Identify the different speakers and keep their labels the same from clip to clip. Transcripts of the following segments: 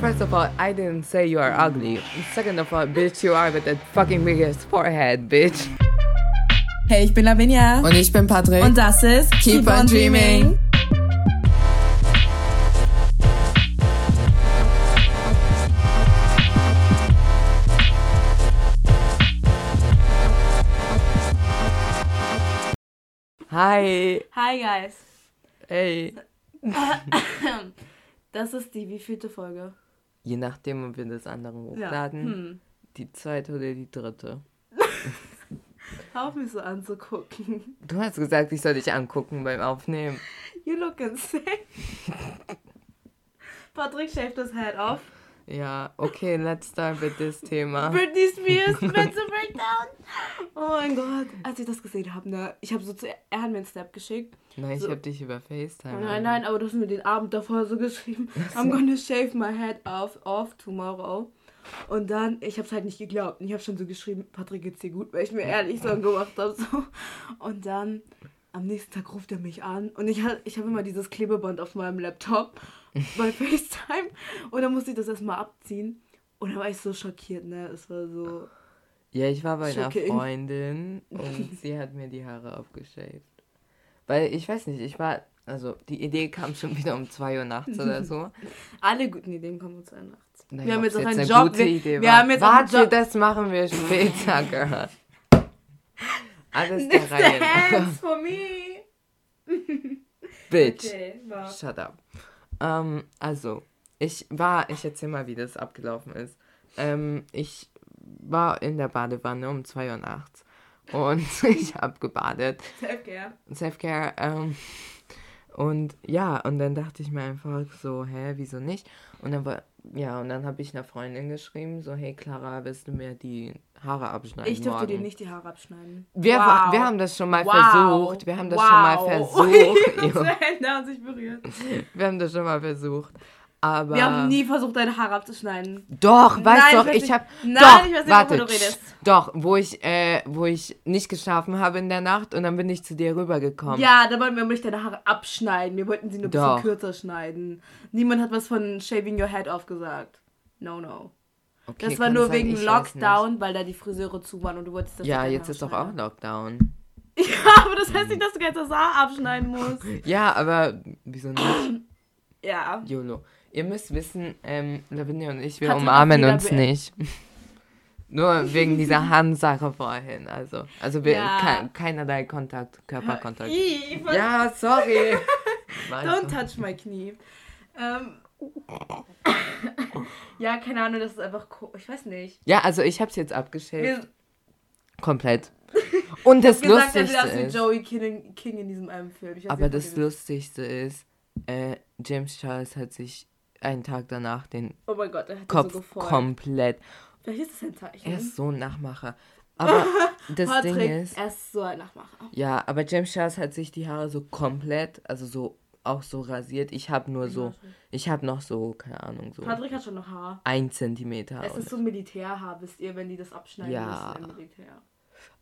Speaker 1: First of all, I didn't say you are ugly. Second of all, bitch, you are with that fucking biggest forehead, bitch.
Speaker 2: Hey, ich bin Lavinia.
Speaker 3: Und ich bin Patrick.
Speaker 2: Und das ist
Speaker 3: Keep on Dreaming.
Speaker 1: Hi.
Speaker 4: Hi guys.
Speaker 1: Hey.
Speaker 4: Das ist die wievielte Folge?
Speaker 1: Je nachdem, ob wir das andere hochladen,
Speaker 4: Hm.
Speaker 1: die zweite oder die dritte.
Speaker 4: Hör auf mich so anzugucken.
Speaker 1: Du hast gesagt, ich soll dich angucken beim Aufnehmen.
Speaker 4: You look insane. Patrick shaved his head off.
Speaker 1: Ja, okay, let's start with this
Speaker 3: Ah.
Speaker 1: Thema.
Speaker 4: Britney Spears, Mental Breakdown. Oh mein Gott. Als ich das gesehen habe, ne, ich habe so zu, er hat mir einen Snap geschickt.
Speaker 1: Nein, ich
Speaker 4: So.
Speaker 1: hab dich über FaceTime.
Speaker 4: Nein, nein, aber du hast mir den Abend davor so geschrieben. I'm gonna shave my head off, off tomorrow. Und dann, ich hab's halt nicht geglaubt. Und ich hab schon so geschrieben, Patrick geht's dir gut, weil ich mir ehrlich Sorgen gemacht hab. So. Und dann, am nächsten Tag ruft er mich an. Und ich, ha- ich habe immer dieses Klebeband auf meinem Laptop bei FaceTime. Und dann musste ich das erstmal abziehen. Und dann war ich so schockiert, ne? Es war so.
Speaker 1: Ja, ich war bei einer
Speaker 4: Shocking.
Speaker 1: Freundin und sie hat mir die Haare aufgeshaved. Weil ich weiß nicht, ich war, also die Idee kam schon wieder um 2 Uhr nachts oder so.
Speaker 4: Alle guten Ideen kommen uns ein nachts.
Speaker 1: Na,
Speaker 4: wir haben
Speaker 1: ob's
Speaker 4: jetzt auch
Speaker 1: eine
Speaker 4: einen Job.
Speaker 1: gute
Speaker 4: wir
Speaker 1: Idee
Speaker 4: wir
Speaker 1: war.
Speaker 4: haben jetzt auch einen
Speaker 1: Warte,
Speaker 4: Job.
Speaker 1: das machen wir später, Girl. Alles der
Speaker 4: Lift the
Speaker 1: Reihe. nach.
Speaker 4: hands for me.
Speaker 1: Bitch.
Speaker 4: Okay, wow.
Speaker 1: Shut up. Ähm, also, ich war, ich erzähl mal, wie das abgelaufen ist. Ähm, ich war in der Badewanne um 2 Uhr nachts und ich hab gebadet.
Speaker 4: Selfcare.
Speaker 1: Self-Care. Ähm, und ja, und dann dachte ich mir einfach so, hä, wieso nicht? Und dann war, ja, und dann habe ich einer Freundin geschrieben, so, hey Clara, willst du mir die Haare abschneiden?
Speaker 4: Ich dürfte
Speaker 1: morgen?
Speaker 4: dir nicht die Haare abschneiden.
Speaker 1: Wir,
Speaker 4: Wow.
Speaker 1: wa- wir haben das schon mal
Speaker 4: Wow. Oh,
Speaker 1: versucht. Wir haben das schon mal versucht. Jo,
Speaker 4: Unsere Hände haben sich berührt.
Speaker 1: wir haben das schon mal versucht. Aber.
Speaker 4: Wir haben nie versucht, deine Haare abzuschneiden.
Speaker 1: Doch, weißt
Speaker 4: Nein, ich
Speaker 1: doch,
Speaker 4: weiß
Speaker 1: ich
Speaker 4: nicht-
Speaker 1: habe
Speaker 4: Nein,
Speaker 1: doch,
Speaker 4: ich weiß nicht,
Speaker 1: warte,
Speaker 4: wovon du redest.
Speaker 1: tsch, Doch, wo ich, äh, wo ich nicht geschlafen habe in der Nacht und dann bin ich zu dir rübergekommen.
Speaker 4: Ja, da wollten wir nicht deine Haare abschneiden. Wir wollten sie nur ein
Speaker 1: Doch.
Speaker 4: bisschen kürzer schneiden. Niemand hat was von shaving your head off gesagt. No, no.
Speaker 1: Okay,
Speaker 4: Das war
Speaker 1: kann
Speaker 4: nur
Speaker 1: sein,
Speaker 4: wegen
Speaker 1: ich weiß nicht.
Speaker 4: Lockdown, weil da die Friseure zu waren und du wolltest das
Speaker 1: Ja,
Speaker 4: deine
Speaker 1: jetzt
Speaker 4: Haare
Speaker 1: ist doch auch
Speaker 4: schneiden.
Speaker 1: Lockdown.
Speaker 4: Ja, aber das heißt nicht, dass du jetzt das Haar abschneiden musst.
Speaker 1: Ja, aber wieso nicht?
Speaker 4: Ja.
Speaker 1: YOLO. Ihr müsst wissen, ähm, Lavinia und ich, wir
Speaker 4: Patrick
Speaker 1: umarmen
Speaker 4: und
Speaker 1: uns
Speaker 4: Lila-
Speaker 1: nicht. Nur wegen dieser Handsache vorhin. Also, also wir
Speaker 4: Ja.
Speaker 1: ke keinerlei Kontakt, Körperkontakt.
Speaker 4: Ih, was-
Speaker 1: Ja, sorry. Mein
Speaker 4: Don't
Speaker 1: Gott.
Speaker 4: touch my knee. Ähm, ja, keine Ahnung, das ist einfach ko- Ich weiß nicht.
Speaker 1: ja, also ich hab's jetzt
Speaker 4: Wir
Speaker 1: abgeschält. Komplett. Und das
Speaker 4: gesagt, dass
Speaker 1: Lustigste
Speaker 4: wir das mit
Speaker 1: ist,
Speaker 4: Joey King, King in diesem einen Film. Ich weiß
Speaker 1: aber
Speaker 4: nicht,
Speaker 1: das
Speaker 4: ob ihr-
Speaker 1: Lustigste ist, äh, James Charles hat sich einen Tag danach den
Speaker 4: Oh mein Gott, er hat
Speaker 1: Kopf
Speaker 4: so gefreut.
Speaker 1: komplett
Speaker 4: Vielleicht ist das ein Zeichen.
Speaker 1: Er ist so ein Nachmacher. Aber das
Speaker 4: Patrick,
Speaker 1: Ding ist, Oh.
Speaker 4: er ist so ein Nachmacher.
Speaker 1: ja, aber James Charles hat sich die Haare so komplett, also so auch so rasiert. Ich habe nur so, ich habe noch so, keine Ahnung, so
Speaker 4: Patrick hat schon noch Haar.
Speaker 1: ein Zentimeter.
Speaker 4: Es ist
Speaker 1: Und,
Speaker 4: so Militärhaar, wisst ihr, wenn die das abschneiden
Speaker 1: Ja.
Speaker 4: müssen im Militär.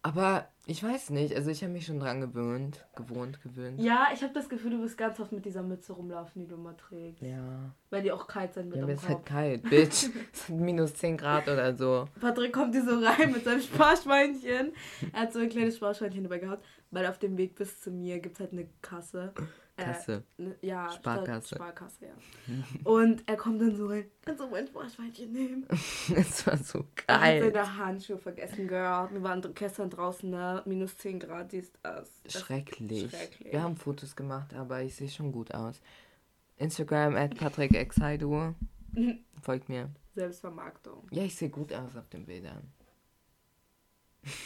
Speaker 1: aber ich weiß nicht, also ich habe mich schon dran gewöhnt, gewohnt, gewöhnt.
Speaker 4: Ja, ich habe das Gefühl, du wirst ganz oft mit dieser Mütze rumlaufen, die du immer trägst.
Speaker 1: Ja,
Speaker 4: Weil die auch kalt sein wird
Speaker 1: ja mir
Speaker 4: am
Speaker 1: ist
Speaker 4: Kopf.
Speaker 1: halt kalt, bitch. es sind minus 10 Grad oder so.
Speaker 4: Patrick kommt hier so rein mit seinem Sparschweinchen. Er hat so ein kleines Sparschweinchen dabei gehabt, weil auf dem Weg bis zu mir gibt es halt eine Kasse. Äh,
Speaker 1: Kasse.
Speaker 4: ne- ja, Stadt-
Speaker 1: Sparkasse.
Speaker 4: Sparkasse, ja. Und er kommt dann so rein, kannst du mein Sparschweinchen nehmen?
Speaker 1: es war so
Speaker 4: Er hat
Speaker 1: geil.
Speaker 4: seine Handschuhe vergessen, Girl. Wir waren dr- gestern draußen, ne? Minus 10 Grad, dies, das. das
Speaker 1: Schrecklich.
Speaker 4: schrecklich.
Speaker 1: Wir haben Fotos gemacht, aber ich sehe schon gut aus. Instagram at patrickexaidu. Folgt mir.
Speaker 4: Selbstvermarktung.
Speaker 1: Ja, ich sehe gut aus auf den Bildern.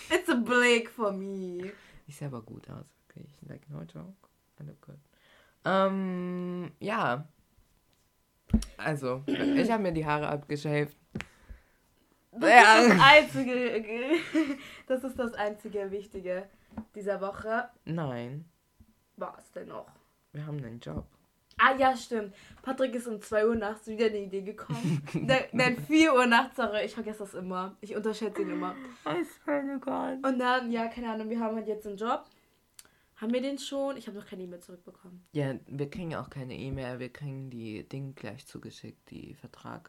Speaker 4: It's a Blick for me.
Speaker 1: Ich sehe aber gut aus, wirklich. Like no joke. I look good. Ähm, ja. Also, ich habe mir die Haare abgeschäft.
Speaker 4: Das ist das einzige, das ist das einzige Wichtige dieser Woche.
Speaker 1: Nein,
Speaker 4: War es denn noch?
Speaker 1: wir haben einen Job.
Speaker 4: Ah ja, stimmt. Patrick ist um 2 Uhr nachts wieder eine Idee gekommen. Nein, nein, 4 Uhr nachts, sorry, ich vergesse das immer. Ich unterschätze ihn immer.
Speaker 1: I swear to God.
Speaker 4: Und dann, ja, keine Ahnung, wir haben halt jetzt einen Job. Haben wir den schon? Ich habe noch keine E-Mail zurückbekommen.
Speaker 1: Ja, wir kriegen auch keine E-Mail, wir kriegen die Ding gleich zugeschickt, die Vertrag.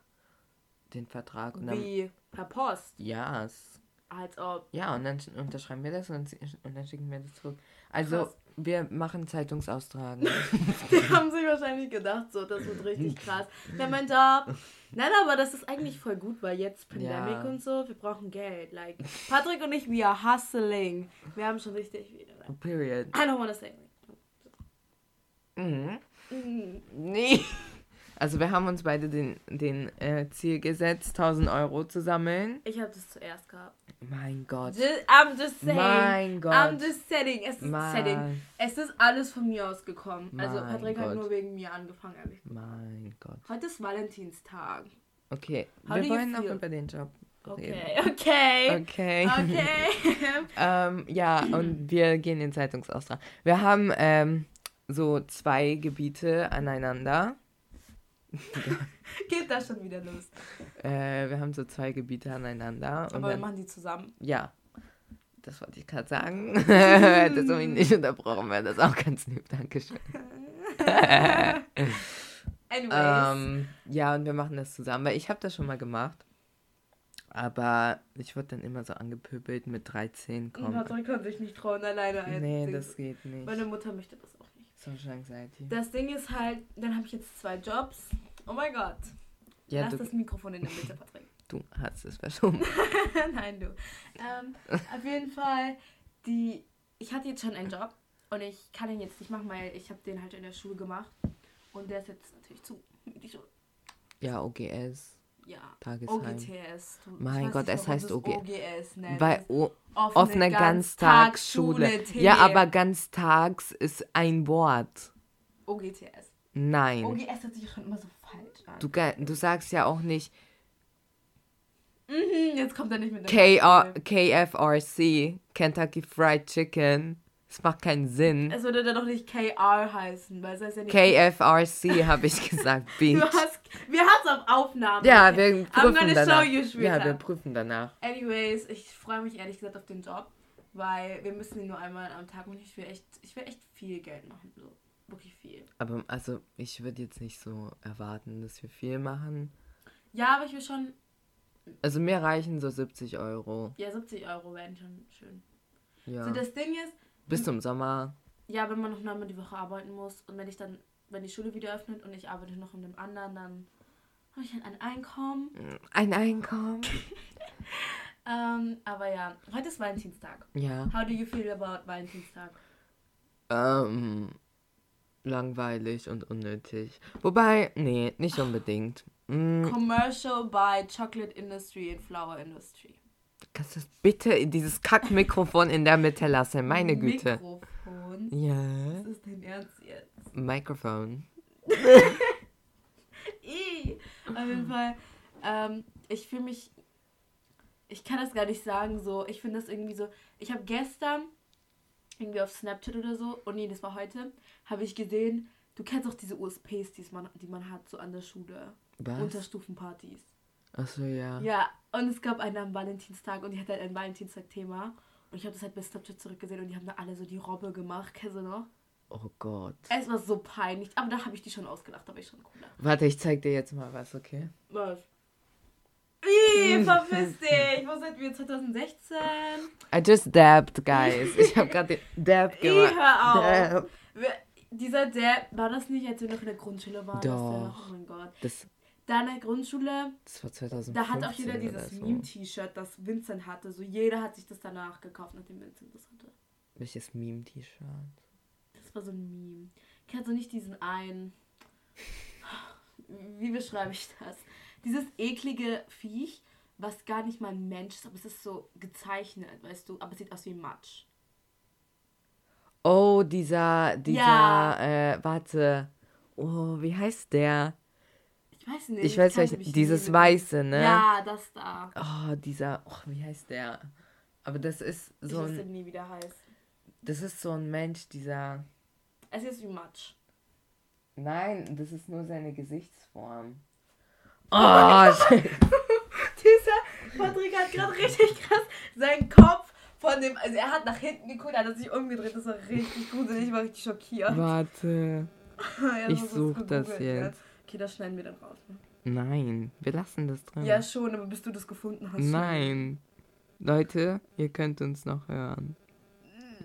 Speaker 1: Den Vertrag. Und dann,
Speaker 4: Wie? Per Post.
Speaker 1: ja, es-
Speaker 4: Als ob.
Speaker 1: ja, und dann sch- unterschreiben wir das und, dann- und dann schicken wir das zurück. Also,
Speaker 4: Krass.
Speaker 1: wir machen Zeitungsaustragen.
Speaker 4: Die haben sich wahrscheinlich gedacht, so, das wird richtig krass. Wäre mein Job. Nein, aber das ist eigentlich voll gut, weil jetzt Pandemic
Speaker 1: Ja.
Speaker 4: und so, wir brauchen Geld. Like, Patrick und ich, we are hustling. Wir haben schon richtig viel.
Speaker 1: Period.
Speaker 4: I don't wanna say.
Speaker 1: Mhm.
Speaker 4: Mm,
Speaker 1: Nee. Also, wir haben uns beide den, den äh, Ziel gesetzt, 1000 Euro zu sammeln.
Speaker 4: Ich habe das zuerst gehabt.
Speaker 1: Mein Gott.
Speaker 4: Just, I'm just saying.
Speaker 1: Mein Gott.
Speaker 4: I'm just setting. Es ist
Speaker 1: Mein-
Speaker 4: setting. Es ist alles von mir aus gekommen. also
Speaker 1: Mein
Speaker 4: Patrick hat
Speaker 1: Gott.
Speaker 4: nur wegen mir angefangen, ehrlich.
Speaker 1: Mein Gott.
Speaker 4: Heute ist Valentinstag.
Speaker 1: Okay,
Speaker 4: How do
Speaker 1: wir
Speaker 4: you
Speaker 1: wollen noch
Speaker 4: feel?
Speaker 1: über den Job reden.
Speaker 4: Okay, okay.
Speaker 1: Okay.
Speaker 4: Okay.
Speaker 1: ähm, ja, und wir gehen in Zeitungsaustrag. Wir haben ähm, so zwei Gebiete aneinander.
Speaker 4: Geht da schon wieder los.
Speaker 1: Äh, wir haben so zwei Gebiete aneinander. Und
Speaker 4: Aber wir
Speaker 1: dann,
Speaker 4: machen die zusammen.
Speaker 1: ja, das wollte ich gerade sagen. Hättest du mich nicht unterbrochen, wäre das auch ganz lieb. Dankeschön.
Speaker 4: Anyways.
Speaker 1: Ähm, ja, und wir machen das zusammen, weil ich habe das schon mal gemacht. Aber ich wurde dann immer so angepöbelt mit 13,
Speaker 4: Und
Speaker 1: komm.
Speaker 4: Patrick kann sich nicht trauen, alleine ein
Speaker 1: Nee,
Speaker 4: Ding
Speaker 1: das
Speaker 4: zu-
Speaker 1: geht nicht.
Speaker 4: Meine Mutter möchte das auch nicht.
Speaker 1: Social Anxiety.
Speaker 4: Das Ding ist halt, dann habe ich jetzt zwei Jobs. Oh mein Gott.
Speaker 1: Ja,
Speaker 4: Lass
Speaker 1: du,
Speaker 4: das Mikrofon in der Mitte, Patrick.
Speaker 1: du hast es verschoben.
Speaker 4: Nein, du. Ähm, auf jeden Fall, die, ich hatte jetzt schon einen Job und ich kann ihn jetzt nicht machen, weil ich habe den halt in der Schule gemacht. Und der ist jetzt natürlich zu. Die Schule.
Speaker 1: Ja, OGS,
Speaker 4: Ja.
Speaker 1: Tagesheim.
Speaker 4: OGTS. Du, ich
Speaker 1: Mein
Speaker 4: weiß
Speaker 1: Gott,
Speaker 4: nicht,
Speaker 1: es
Speaker 4: warum
Speaker 1: heißt
Speaker 4: du
Speaker 1: OG.
Speaker 4: OGS nennt.
Speaker 1: Weil o
Speaker 4: offene,
Speaker 1: offene Ganztagsschule. Ja,
Speaker 4: Tee.
Speaker 1: aber ganztags ist ein Wort.
Speaker 4: OGTS.
Speaker 1: Nein.
Speaker 4: OGS hört sich schon immer so falsch an.
Speaker 1: Du, ga- du sagst ja auch nicht
Speaker 4: Mhm, jetzt kommt er nicht mit
Speaker 1: KR KFRC, Kentucky Fried Chicken. Das macht keinen Sinn.
Speaker 4: Es würde dann doch nicht KR heißen, weil es heißt ja nicht.
Speaker 1: KFRC habe ich gesagt,
Speaker 4: Du
Speaker 1: Bitch.
Speaker 4: hast, wir haben es auf Aufnahme.
Speaker 1: Ja,
Speaker 4: Okay.
Speaker 1: wir
Speaker 4: I'm
Speaker 1: prüfen
Speaker 4: gonna
Speaker 1: danach.
Speaker 4: show you später.
Speaker 1: Ja, wir prüfen danach.
Speaker 4: Anyways, ich freue mich ehrlich gesagt auf den Job, weil wir müssen ihn nur einmal am Tag und ich will echt, ich will echt viel Geld machen, so wirklich viel.
Speaker 1: Aber also, ich würde jetzt nicht so erwarten, dass wir viel machen.
Speaker 4: Ja, aber ich will schon,
Speaker 1: Also mir reichen so 70 Euro.
Speaker 4: ja 70 Euro wären schon schön.
Speaker 1: Ja.
Speaker 4: So das Ding ist,
Speaker 1: Bis zum Sommer.
Speaker 4: ja, wenn man noch einmal die Woche arbeiten muss und wenn ich dann, wenn die Schule wieder öffnet und ich arbeite noch in dem anderen, dann habe ich halt ein Einkommen.
Speaker 1: Ein Einkommen.
Speaker 4: Ähm, aber ja, heute ist Valentinstag.
Speaker 1: Ja.
Speaker 4: How do you feel about Valentinstag?
Speaker 1: Ähm, langweilig und unnötig. Wobei, nee, nicht unbedingt. Mm,
Speaker 4: Commercial by Chocolate Industry and Flower Industry.
Speaker 1: kannst du das bitte dieses Kackmikrofon in der Mitte lassen? Meine Güte.
Speaker 4: Mikrofon.
Speaker 1: Ja.
Speaker 4: Das ist dein Ernst jetzt.
Speaker 1: Mikrofon.
Speaker 4: Ih. Auf jeden Fall, ähm, ich fühle mich, ich kann das gar nicht sagen, so, ich finde das irgendwie so, ich habe gestern irgendwie auf Snapchat oder so, oh nee, das war heute, habe ich gesehen, du kennst auch diese USPs, die's man, die man hat, so an der Schule.
Speaker 1: Was? Ah.
Speaker 4: Unterstufenpartys.
Speaker 1: Achso, ja.
Speaker 4: Ja, und es gab eine am Valentinstag und die hatte halt ein Valentinstag-Thema. Und ich habe das halt bei Snapchat zurückgesehen und die haben da alle so die Robbe gemacht, kennst du noch?
Speaker 1: Oh Gott.
Speaker 4: Es war so peinlich, aber da habe ich die schon ausgelacht, da war ich schon cooler.
Speaker 1: Warte, ich zeig dir jetzt mal was, okay?
Speaker 4: Was?
Speaker 1: Hm.
Speaker 4: Ih, verpiss dich! Wo sind wir? 2016?
Speaker 1: I just dabbed, guys. Ich habe gerade den Dab
Speaker 4: Ih,
Speaker 1: gemacht.
Speaker 4: hör auf!
Speaker 1: Dab.
Speaker 4: Wir, dieser Dab, war das nicht, als wir noch in der Grundschule waren? dass wir noch-
Speaker 1: Doch.
Speaker 4: Oh mein Gott.
Speaker 1: Das,
Speaker 4: Da in der Grundschule,
Speaker 1: das war 2015
Speaker 4: da hat auch jeder
Speaker 1: oder
Speaker 4: dieses
Speaker 1: so.
Speaker 4: Meme-T-Shirt, das Vincent hatte. So jeder hat sich das danach gekauft, nachdem Vincent das hatte.
Speaker 1: Welches Meme-T-Shirt?
Speaker 4: Das war so ein Meme. Ich hatte so nicht diesen einen. Wie beschreibe ich das? Dieses eklige Viech, was gar nicht mal ein Mensch ist, aber es ist so gezeichnet, weißt du, aber es sieht aus wie Matsch.
Speaker 1: Oh, dieser, dieser,
Speaker 4: Ja.
Speaker 1: äh, warte. Oh, wie heißt der?
Speaker 4: Ich weiß nicht.
Speaker 1: Ich weiß
Speaker 4: kannte
Speaker 1: nicht,
Speaker 4: mich
Speaker 1: dieses
Speaker 4: nie mit-
Speaker 1: Weiße, ne?
Speaker 4: Ja, das da.
Speaker 1: Oh, dieser, oh, wie heißt der? Aber das ist so
Speaker 4: ich wusste
Speaker 1: ein,
Speaker 4: nie, wie der heißt.
Speaker 1: das ist so ein Mensch, dieser,
Speaker 4: Es ist wie Matsch.
Speaker 1: nein, das ist nur seine Gesichtsform. Oh, shit.
Speaker 4: Dieser Patrick hat gerade richtig krass seinen Kopf von dem, also er hat nach hinten geguckt, er hat sich umgedreht, das war richtig gruselig, ich war richtig schockiert.
Speaker 1: Warte.
Speaker 4: Ja,
Speaker 1: ich
Speaker 4: muss es
Speaker 1: such das
Speaker 4: gegoogelt werden.
Speaker 1: jetzt.
Speaker 4: Okay, das schneiden wir dann raus. Ne?
Speaker 1: Nein, wir lassen das drin.
Speaker 4: Ja, schon, aber bis du das gefunden hast.
Speaker 1: Nein. Leute, ihr könnt uns noch hören.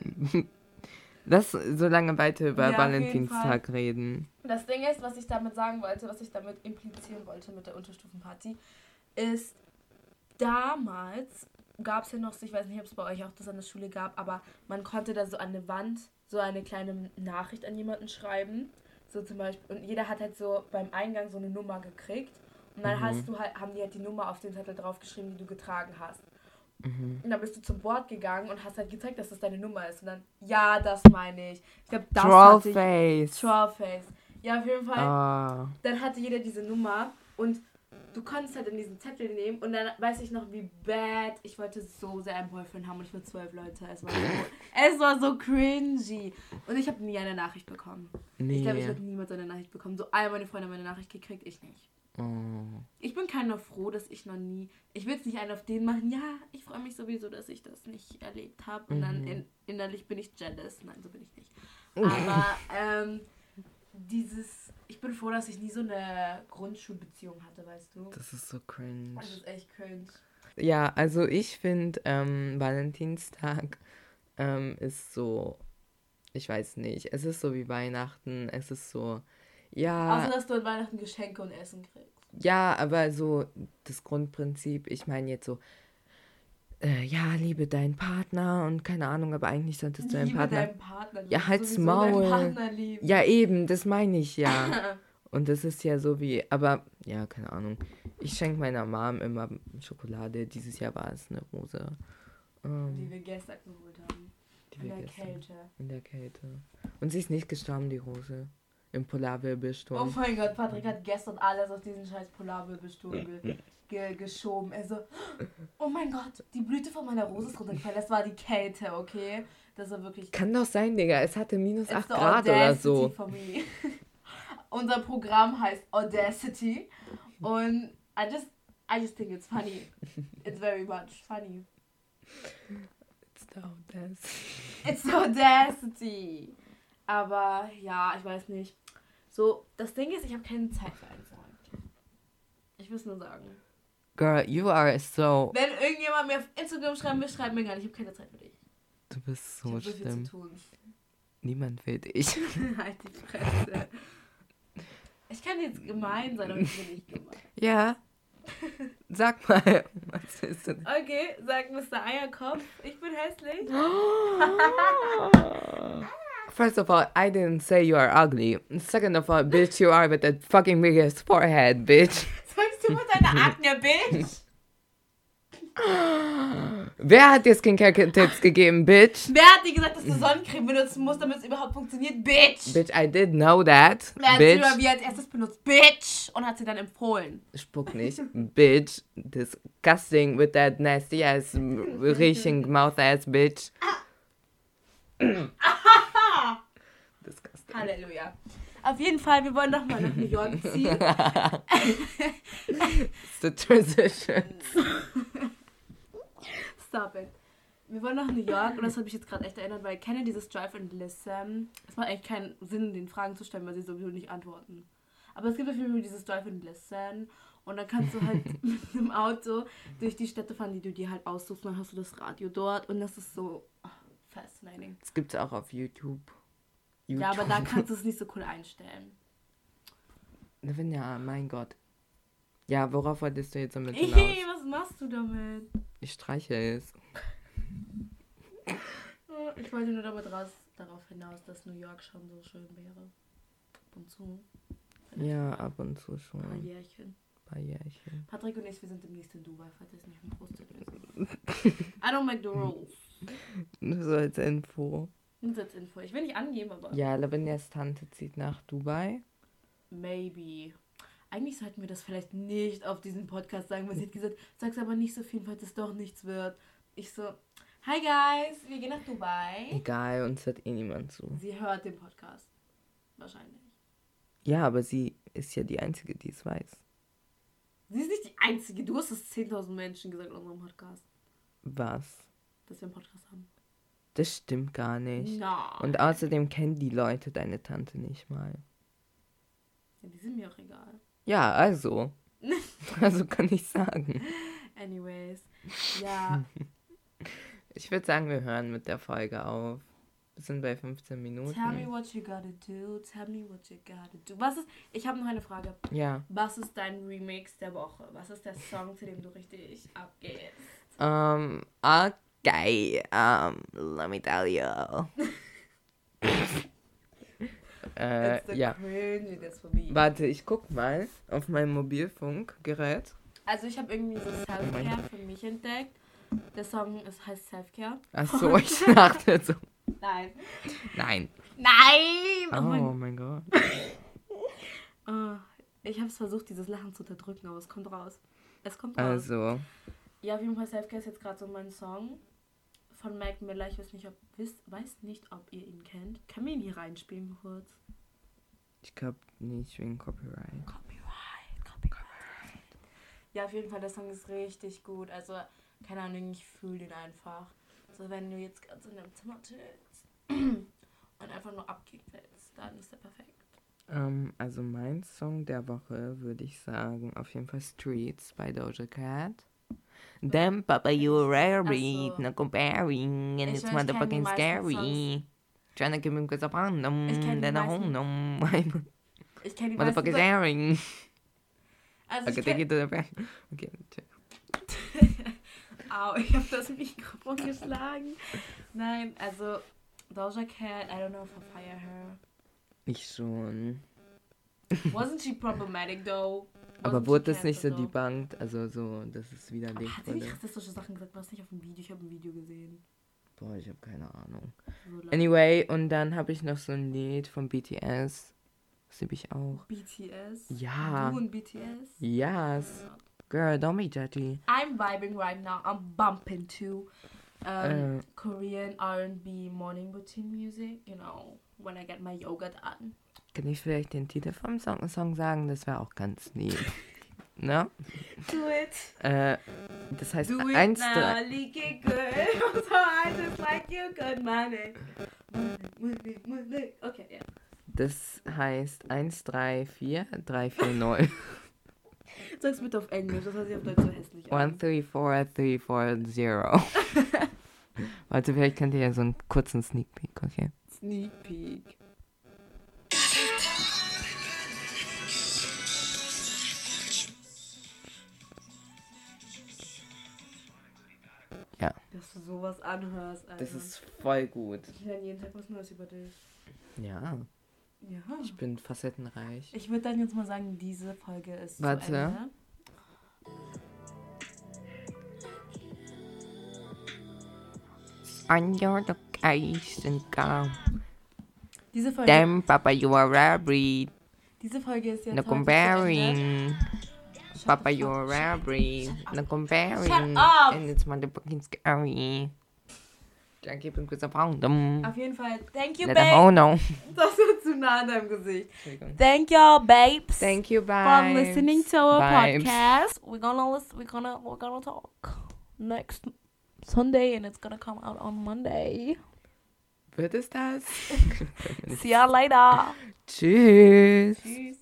Speaker 1: Lass so lange weiter über
Speaker 4: Ja, auf jeden
Speaker 1: Valentinstag reden.
Speaker 4: Das Ding ist, was ich damit sagen wollte, was ich damit implizieren wollte mit der Unterstufenparty, ist, damals gab es ja noch, so, ich weiß nicht, ob es bei euch auch das an der Schule gab, aber man konnte da so an eine Wand so eine kleine Nachricht an jemanden schreiben. So zum Beispiel, und jeder hat halt so beim Eingang so eine Nummer gekriegt. Und dann hast du halt, haben die halt die Nummer auf den Zettel draufgeschrieben, die du getragen hast. Und dann bist du zum Board gegangen und hast halt gezeigt, dass das deine Nummer ist. Und dann, ja, das meine ich. Ich glaube, das hatte ich.
Speaker 1: Trollface.
Speaker 4: Trollface. Ja, auf jeden Fall.
Speaker 1: Ah,
Speaker 4: Dann hatte jeder diese Nummer und du konntest halt in diesen Zettel nehmen und dann weiß ich noch, wie bad ich wollte so sehr einen Boyfriend haben und ich war zwölf Leute. Es war so, es war so cringy. Und ich habe nie eine Nachricht bekommen.
Speaker 1: nee.
Speaker 4: Ich glaube, ich habe niemals eine Nachricht bekommen. So all meine Freunde haben eine Nachricht gekriegt, ich nicht.
Speaker 1: oh.
Speaker 4: Ich bin keiner froh, dass ich noch nie. Ich will es nicht einen auf den machen. Ja, ich freue mich sowieso, dass ich das nicht erlebt habe. Und
Speaker 1: Mhm.
Speaker 4: dann in, innerlich bin ich jealous. Nein, so bin ich nicht. Aber ähm, dieses. Ich bin froh, dass ich nie so eine Grundschulbeziehung hatte, weißt du?
Speaker 1: Das ist so cringe.
Speaker 4: Das ist echt cringe.
Speaker 1: Ja, also ich finde, ähm, Valentinstag ähm, ist so, ich weiß nicht, es ist so wie Weihnachten, es ist so, ja, Ah.
Speaker 4: Außer, dass du an Weihnachten Geschenke und Essen kriegst.
Speaker 1: ja, aber so das Grundprinzip, ich meine jetzt so, äh, ja, liebe deinen Partner und keine Ahnung, aber eigentlich solltest du deinen
Speaker 4: Liebe
Speaker 1: Partner.
Speaker 4: deinen Partner. Du
Speaker 1: Ja,
Speaker 4: musst
Speaker 1: halt's
Speaker 4: sowieso
Speaker 1: Maul.
Speaker 4: Deinen Partner lieben.
Speaker 1: Ja, eben, das meine ich ja. Und das ist ja so wie, aber ja, keine Ahnung. Ich schenke meiner Mom immer Schokolade. Dieses Jahr war es eine Rose. Ähm,
Speaker 4: Die wir gestern geholt haben.
Speaker 1: Die
Speaker 4: in
Speaker 1: wir
Speaker 4: der
Speaker 1: gestern-
Speaker 4: Kälte.
Speaker 1: In der Kälte. Und sie ist nicht gestorben, die Rose. Im
Speaker 4: Oh
Speaker 1: Polarwirbelsturm.
Speaker 4: mein Gott, Patrick hat gestern alles auf diesen scheiß Polarwirbelsturm ge ge geschoben. Also, oh mein Gott, die Blüte von meiner Rose ist runtergefallen. Das war die Kälte, okay? Das war wirklich.
Speaker 1: Kann doch sein, Digga. Es hatte minus
Speaker 4: It's
Speaker 1: 8
Speaker 4: the
Speaker 1: Grad oder so.
Speaker 4: audacity for me. Unser Programm heißt Audacity. Und I just, I just think it's funny. It's very much funny.
Speaker 1: It's the audacity.
Speaker 4: It's the Audacity. Aber ja, ich weiß nicht. So, das Ding ist, ich habe keine Zeit für einen Freund. Ich will es nur sagen.
Speaker 1: Girl, you are so.
Speaker 4: Wenn irgendjemand mir auf Instagram schreiben will, schreib mir gar nicht. Ich habe keine Zeit für dich.
Speaker 1: Du bist
Speaker 4: Ich
Speaker 1: so
Speaker 4: habe so viel
Speaker 1: schlimm.
Speaker 4: zu tun.
Speaker 1: Niemand will dich.
Speaker 4: halt die Fresse. Ich kann jetzt gemein sein, aber ich bin nicht gemein.
Speaker 1: ja. Sag mal, was ist denn?
Speaker 4: Okay, sagt Mr. Eierkopf, ich bin hässlich.
Speaker 1: First of all, I didn't say you are ugly. Second of all, bitch, you are with the fucking biggest forehead, bitch.
Speaker 4: Sagst du mit deiner Akne, Bitch?
Speaker 1: Wer hat dir Skincare-Tipps gegeben, bitch?
Speaker 4: Wer hat dir gesagt, dass du Sonnencreme benutzen musst, damit es überhaupt funktioniert? Bitch!
Speaker 1: Bitch, I did know that.
Speaker 4: Wer hat sie
Speaker 1: bitch.
Speaker 4: über wie als erstes benutzt? Bitch! Und hat sie dann empfohlen.
Speaker 1: Spuck nicht. bitch. Disgusting with that nasty ass, reaching mouth ass, bitch. Disgusting.
Speaker 4: Halleluja. Auf jeden Fall, wir wollen doch mal nach New York ziehen.
Speaker 1: It's the transition.
Speaker 4: Stop it. Wir wollen nach New York und das hat mich jetzt gerade echt erinnert, weil ich kenne dieses Drive and Listen. Es macht eigentlich keinen Sinn, den Fragen zu stellen, weil sie sowieso nicht antworten. Aber es gibt auf jeden Fall dieses Drive and Listen und dann kannst du halt mit einem Auto durch die Städte fahren, die du dir halt aussuchst. Und dann hast du das Radio dort und das ist so ah, fascinating.
Speaker 1: Das gibt's auch auf YouTube. YouTube.
Speaker 4: Ja, aber da kannst du es nicht so cool einstellen.
Speaker 1: Wenn ja, mein Gott. Ja, worauf wolltest du jetzt damit hinaus?
Speaker 4: Ey, was machst du damit?
Speaker 1: Ich streiche es.
Speaker 4: Äh, Ich wollte nur damit raus, darauf hinaus, dass New York schon so schön wäre. Ab und zu.
Speaker 1: Ja, ab und zu schon.
Speaker 4: Ein paar
Speaker 1: Ein
Speaker 4: Jährchen.
Speaker 1: paar Jährchen.
Speaker 4: Patrick und ich, wir sind demnächst in Dubai, falls ihr es nicht im Brustet ist. I don't make the rules.
Speaker 1: Nur so als Info.
Speaker 4: Nur als Info. Ich will nicht angeben, aber
Speaker 1: Ja, Lavinias Tante zieht nach Dubai.
Speaker 4: maybe. Eigentlich sollten wir das vielleicht nicht auf diesem Podcast sagen, weil sie hat gesagt, sag's aber nicht so viel, falls es doch nichts wird. Ich so, hi guys, wir gehen nach Dubai.
Speaker 1: Egal, uns hört eh niemand zu.
Speaker 4: Sie hört den Podcast. Wahrscheinlich.
Speaker 1: Ja, aber sie ist ja die Einzige, die es weiß.
Speaker 4: Sie ist nicht die Einzige. Du hast es 10.000 Menschen gesagt in unserem Podcast.
Speaker 1: Was?
Speaker 4: dass wir einen Podcast haben.
Speaker 1: Das stimmt gar nicht.
Speaker 4: Na.
Speaker 1: Und außerdem kennen die Leute deine Tante nicht mal.
Speaker 4: Ja, die sind mir auch egal.
Speaker 1: Ja, also. also kann ich sagen.
Speaker 4: Anyways. Ja.
Speaker 1: Ich würde sagen, wir hören mit der Folge auf. Wir sind bei 15
Speaker 4: Tell me
Speaker 1: Minuten.
Speaker 4: what you gotta do. Tell me what you gotta do. Was ist. Ich habe noch eine Frage.
Speaker 1: Ja.
Speaker 4: Was ist dein Remix der Woche? Was ist der Song, zu dem du richtig abgehst?
Speaker 1: Ähm, okay. Ähm, let me tell you. äh, ja.
Speaker 4: cringe, that's for me.
Speaker 1: Warte, ich guck mal auf meinem Mobilfunkgerät.
Speaker 4: Also ich habe irgendwie so Self-Care für mich entdeckt. Der Song ist, heißt Self-Care.
Speaker 1: Ach so, ich dachte so.
Speaker 4: Nein.
Speaker 1: Nein.
Speaker 4: Nein! Oh
Speaker 1: Oh
Speaker 4: mein
Speaker 1: mein Gott.
Speaker 4: Ah, ich habe es versucht, dieses Lachen zu unterdrücken, aber es kommt raus. Es kommt raus.
Speaker 1: Also,
Speaker 4: Ja, auf jeden Fall Selfcare ist jetzt gerade so mein Song von Mike Miller. Ich weiß nicht, ob, wisst, weiß nicht, ob ihr ihn kennt. Können wir ihn hier reinspielen kurz?
Speaker 1: ich glaube nicht wegen Copyright.
Speaker 4: Copyright, Copyright. Ja, auf jeden Fall, der Song ist richtig gut. Also, keine Ahnung, ich fühle den einfach. So, wenn du jetzt ganz in deinem Zimmer chillst und einfach nur abgehen willst, dann ist der perfekt.
Speaker 1: Ähm, also mein Song der Woche würde ich sagen, auf jeden Fall Streets bei Doja Cat. Damn, Papa, you rare
Speaker 4: Ach
Speaker 1: read,
Speaker 4: so.
Speaker 1: no comparing, and
Speaker 4: Ich
Speaker 1: it's
Speaker 4: weiß, ich kenn die
Speaker 1: motherfucking
Speaker 4: meisten
Speaker 1: scary. Trying to give him cause of random,
Speaker 4: Ich kenn die
Speaker 1: then a
Speaker 4: meisten-
Speaker 1: random.
Speaker 4: Ich kenne die meisten
Speaker 1: Motherfucking
Speaker 4: Sachen-
Speaker 1: sharing.
Speaker 4: Also,
Speaker 1: Okay,
Speaker 4: ich
Speaker 1: take
Speaker 4: kenn,
Speaker 1: it to the back. Okay, tschö.
Speaker 4: Au, ich habe das Mikrofon geschlagen. Nein, also Doja Cat, I don't know if I fire her.
Speaker 1: ich schon.
Speaker 4: Wasn't she problematic though?
Speaker 1: Aber
Speaker 4: Wasn't
Speaker 1: wurde
Speaker 4: she
Speaker 1: das nicht so
Speaker 4: canceled, though?
Speaker 1: debunked? Also so, das ist wieder
Speaker 4: Aber hat sie nicht
Speaker 1: wurde.
Speaker 4: rassistische Sachen gesagt? War das nicht auf dem Video? Ich habe ein Video gesehen.
Speaker 1: Boah, ich habe keine Ahnung.
Speaker 4: So lang.
Speaker 1: Anyway, und dann habe ich noch so ein Lied von BTS. Das liebe ich auch.
Speaker 4: BTS?
Speaker 1: Ja.
Speaker 4: Du und BTS?
Speaker 1: Yes. Girl, don't be judgy.
Speaker 4: I'm vibing right now. I'm bumping to
Speaker 1: Äh.
Speaker 4: um, Korean R&B morning routine music. You know, when I get my yoga done.
Speaker 1: Kann ich vielleicht den Titel vom Song, Song sagen? Das wäre auch ganz lieb. ne?
Speaker 4: Do it.
Speaker 1: Äh, das heißt
Speaker 4: Do it
Speaker 1: 1,
Speaker 4: now,
Speaker 1: 3.
Speaker 4: leaky good. so I just like you, good money. Money, money, money. Okay, ja.
Speaker 1: Das heißt 1, 3, 4, 3, 4, 0.
Speaker 4: Sag's bitte auf Englisch, das hört sich auf Deutsch so hässlich
Speaker 1: 1,
Speaker 4: an.
Speaker 1: 3, 4, 3, 4, 0. Warte, vielleicht könnt ihr ja so einen kurzen Sneak Peek, okay?
Speaker 4: Sneak Peek.
Speaker 1: Ja.
Speaker 4: Dass du sowas anhörst, Alter.
Speaker 1: voll gut.
Speaker 4: Ich lerne jeden Tag was Neues über dich.
Speaker 1: Ja,
Speaker 4: Ja.
Speaker 1: ich bin facettenreich.
Speaker 4: Ich würde dann jetzt mal sagen, diese Folge ist zu
Speaker 1: Warte.
Speaker 4: Ende.
Speaker 1: On your location, go.
Speaker 4: Diese Folge,
Speaker 1: uh, Damn, Papa, you are rabid.
Speaker 4: diese Folge ist jetzt
Speaker 1: No
Speaker 4: heute zu Ende.
Speaker 1: comparing.
Speaker 4: Shut
Speaker 1: Papa,
Speaker 4: the fuck-
Speaker 1: you are rabid. No comparing.
Speaker 4: Shut up.
Speaker 1: And it's motherfucking scary. Jackie, bin kurz auf Raum.
Speaker 4: Auf jeden Fall, thank Oh, you,
Speaker 1: Let
Speaker 4: babe.
Speaker 1: a hole know.
Speaker 4: Das ist zu nah an deinem Gesicht. Thank y'all, babes,
Speaker 1: Thank you,
Speaker 4: for
Speaker 1: bye.
Speaker 4: listening to our
Speaker 1: Vibes.
Speaker 4: podcast. We're gonna listen, we're gonna we're gonna talk next Sunday, and it's gonna come out on Monday.
Speaker 1: Wird es das?
Speaker 4: See y'all later.
Speaker 1: Tschüss.
Speaker 4: Peace.